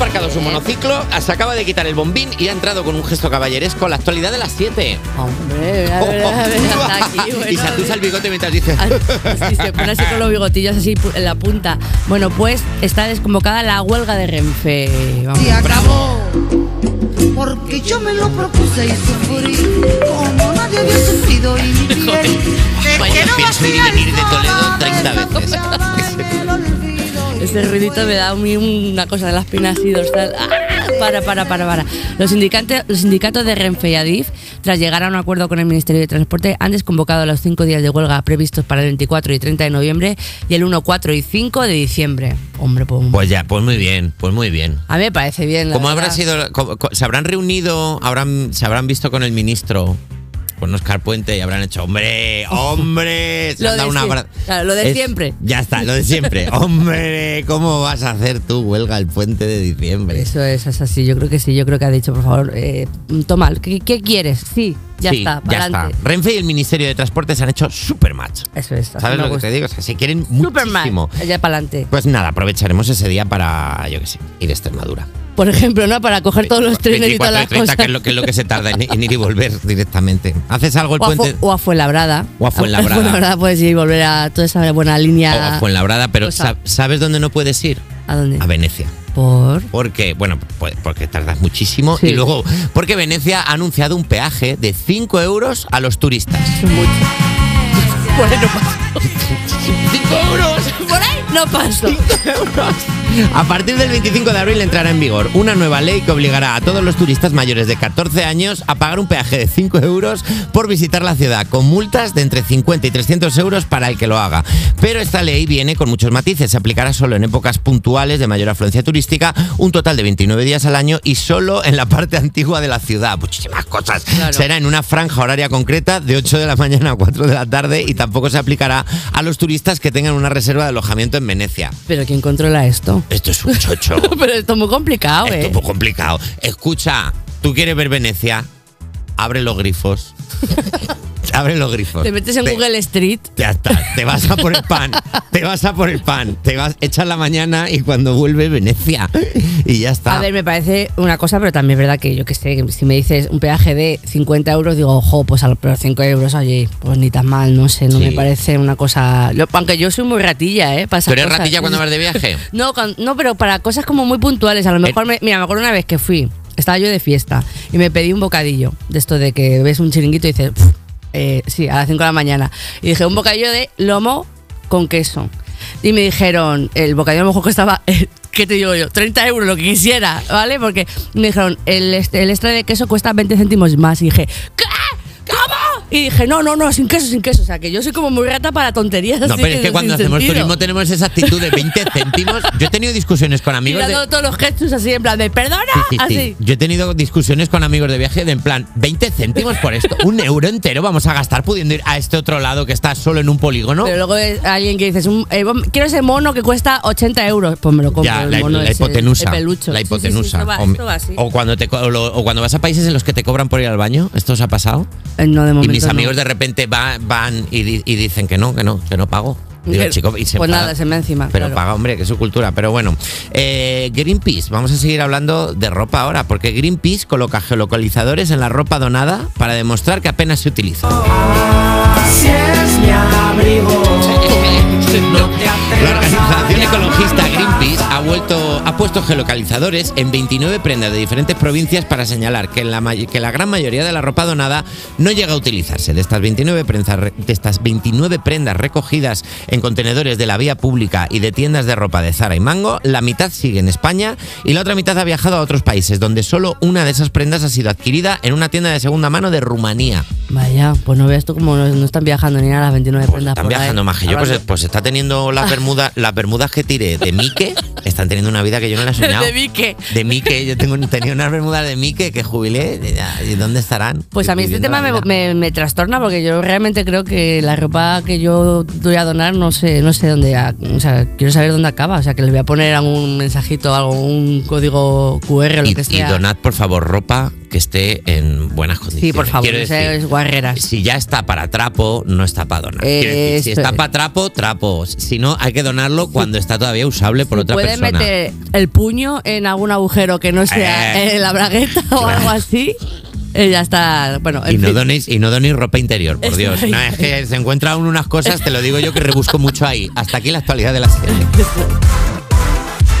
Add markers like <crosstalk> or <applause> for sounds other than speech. montado su monociclo, se acaba de quitar el bombín y ha entrado con un gesto caballeresco a la actualidad de las 7. Hombre, a <laughs> ver, a ver, hasta aquí, bueno, Ah, y se atusa el bigote mientras dice. Así se pone así con los bigotillos así pu- en la punta. Bueno, pues está desconvocada la huelga de Renfe. Vamos. Se acabó. Porque yo me lo propuse y sufrí como nadie había sufrido y <laughs> mi Joder, piel. vaya, pienso ir y venir de Toledo 30 veces. <laughs> Ese Este ruidito me da a mí una cosa de las pinas y dorsal. ¡Ah! Para, para, para, para. Los, sindicantes- los sindicatos de Renfe y Adif, tras llegar a un acuerdo con el Ministerio de Transporte, han desconvocado los cinco días de huelga previstos para el 24 y 30 de noviembre y el 1, 4 y 5 de diciembre. Hombre, pues, Pues ya, pues muy bien, pues muy bien. a mí me parece bien. la ¿Cómo habrá verdad. sido? cómo- cómo- ¿Se habrán reunido? Habrán, ¿Se habrán visto con el ministro? Con Oscar Puente y habrán hecho, hombre, <laughs> hombre, se Lo han dado de una siempre, abra- claro, lo de siempre. Ya está, lo de <laughs> siempre. hombre, ¿cómo vas a hacer tú huelga el puente de diciembre? Eso es, es así, yo creo que sí, yo creo que ha dicho, por favor, eh, toma, ¿qué, qué quieres? Sí, ya Sí, está, ya pa'lante. está. Renfe y el Ministerio de Transportes han hecho supermatch. Eso es, así ¿Sabes me lo que Pues gusta. te digo? O sea, se quieren Superman, muchísimo. ya para adelante. Pues nada, aprovecharemos ese día para, yo qué sé, ir a Extremadura. Por ejemplo, ¿no? Para coger todos los trenes y 24 todas las 30, cosas. que es, lo, que es lo que se tarda en, en ir y volver directamente. ¿Haces algo el O a, Fu- puente? o a Fuenlabrada. O a <laughs> Fuenlabrada. A puedes ir y volver a toda esa buena línea. O a Fuenlabrada, pero Cosa. sa- ¿sabes dónde no puedes ir? ¿A dónde? A Venecia. Por. Porque, bueno, pues, porque tardas muchísimo. Sí. Y luego, porque Venecia ha anunciado un peaje de 5 euros a los turistas. Bueno, ¡5 euros! por ahí no paso. A partir del 25 de abril entrará en vigor una nueva ley que obligará a todos los turistas mayores de 14 años a pagar un peaje de 5 euros por visitar la ciudad, con multas de entre 50 y 300 euros para el que lo haga. Pero esta ley viene con muchos matices. Se aplicará solo en épocas puntuales de mayor afluencia turística, un total de 29 días al año y solo en la parte antigua de la ciudad. Muchísimas cosas. Claro. Será en una franja horaria concreta de 8 de la mañana a 4 de la tarde y tampoco se aplicará a los turistas que tengan una reserva de alojamiento en Venecia. Pero ¿quién controla esto? <laughs> Esto es un chocho. Pero esto es muy complicado, Esto ¿eh? es muy complicado. Escucha, ¿tú quieres ver Venecia? Abre los grifos. <laughs> Abre los grifos. Te metes en Te- Google Street. Ya está, te vas a por el pan, te vas a por el pan, te vas, echas la mañana y cuando vuelve Venecia. Y ya está. A ver, me parece una cosa, pero también es verdad que yo que sé, que si me dices un peaje de 50 euros, digo, ojo, pues a los pero 5 euros, oye, pues ni tan mal, no sé, no Sí. me parece una cosa. lo- aunque yo soy muy ratilla, ¿eh? Para esas ¿Tú eres cosas. ratilla cuando vas de <laughs> viaje? No, con- no, pero para cosas como muy puntuales. Eh. A lo mejor, me- mira, me acuerdo una vez que fui, estaba yo de fiesta y me pedí un bocadillo. De esto de que ves un chiringuito y dices, "Pf, eh, sí, a las 5 de la mañana. Y dije, un bocadillo de lomo con queso. Y me dijeron, el bocadillo a lo mejor costaba, <laughs> eh, ¿qué te digo yo? 30 euros, lo que quisiera, ¿vale? Porque me dijeron, el, est- el extra de queso cuesta 20 céntimos más. Y dije, ¿qué? ¿Cómo? Y dije, no, no, no, sin queso, sin queso. O sea, que yo soy como muy rata para tonterías. No, así pero es que sin cuando hacemos sentido. turismo tenemos esa actitud de 20 céntimos. Yo he tenido discusiones con amigos de. Tirando todos los gestos así en plan de perdona, Sí, sí, así. sí. Yo he tenido discusiones con amigos de viaje de en plan 20 céntimos por esto, un euro entero vamos a gastar pudiendo ir a este otro lado que está solo en un polígono. Pero luego es alguien que dices, un- eh, bom- quiero ese mono que cuesta 80 euros. Pues me lo compro. Ya, el la, mono la ese, hipotenusa. el pelucho. La Sí, sí, sí, hipotenusa. esto va- o, esto va así. o cuando te, co- o lo- o cuando vas a países en los que te cobran por ir al baño, ¿esto os ha pasado? Eh, no, de Y momento mis no. amigos de repente va- van y, di- y dicen que no, que no, que no pago. Digo, Pero- chico, y se pues enfada. nada, se me encima. Pero claro. paga, hombre, que es su cultura. Pero bueno, eh, Greenpeace, vamos a seguir hablando de ropa ahora, porque Greenpeace coloca geolocalizadores en la ropa donada para demostrar que apenas se utiliza. La organización ecologista Greenpeace ha, vuelto, ha puesto geolocalizadores en 29 prendas de diferentes provincias para señalar que la, may- que la gran mayoría de la ropa donada no llega a utilizarse. De estas, 29 prensas re- de estas 29 prendas recogidas en contenedores de la vía pública y de tiendas de ropa de Zara y Mango, la mitad sigue en España y la otra mitad ha viajado a otros países, donde solo una de esas prendas ha sido adquirida en una tienda de segunda mano de Rumanía. Vaya, pues no veas tú como no, no están viajando ni a las 29 Pues prendas. están por ahí. viajando más que yo. Pues, Hablando- pues está teniendo las bermudas, las bermudas que tiré de Mike. Están teniendo una vida que yo no la he soñado. <laughs> De Vique. De Mike, yo tengo, tenía unas bermudas de Mike que jubilé. de- ya, ¿Y dónde estarán? Pues a mí este Viviendo tema la me, vida. me- me trastorna porque yo realmente creo que la ropa que yo voy a donar no sé, no sé dónde, a- o sea, quiero saber dónde acaba, o sea, que les voy a poner algún mensajito, algún código QR o lo Y, que y sea. donad, por favor, ropa que esté en buenas condiciones. Sí, por favor, Quiero no decir, seáis guarreras. Si ya está para trapo, no está para donar. Eh, Quiero decir, si esto está es. para trapo, trapo. Si no, hay que donarlo cuando está todavía usable por otra Puedes persona. meter el puño en algún agujero que no sea Eh. eh, la bragueta o algo así. eh, ya está. Bueno, Y en no, fin. donéis, y no donéis ropa interior, por Eso Dios. es. No, es que se encuentran unas cosas, te lo digo yo, que rebusco mucho ahí. Hasta aquí la actualidad de la serie.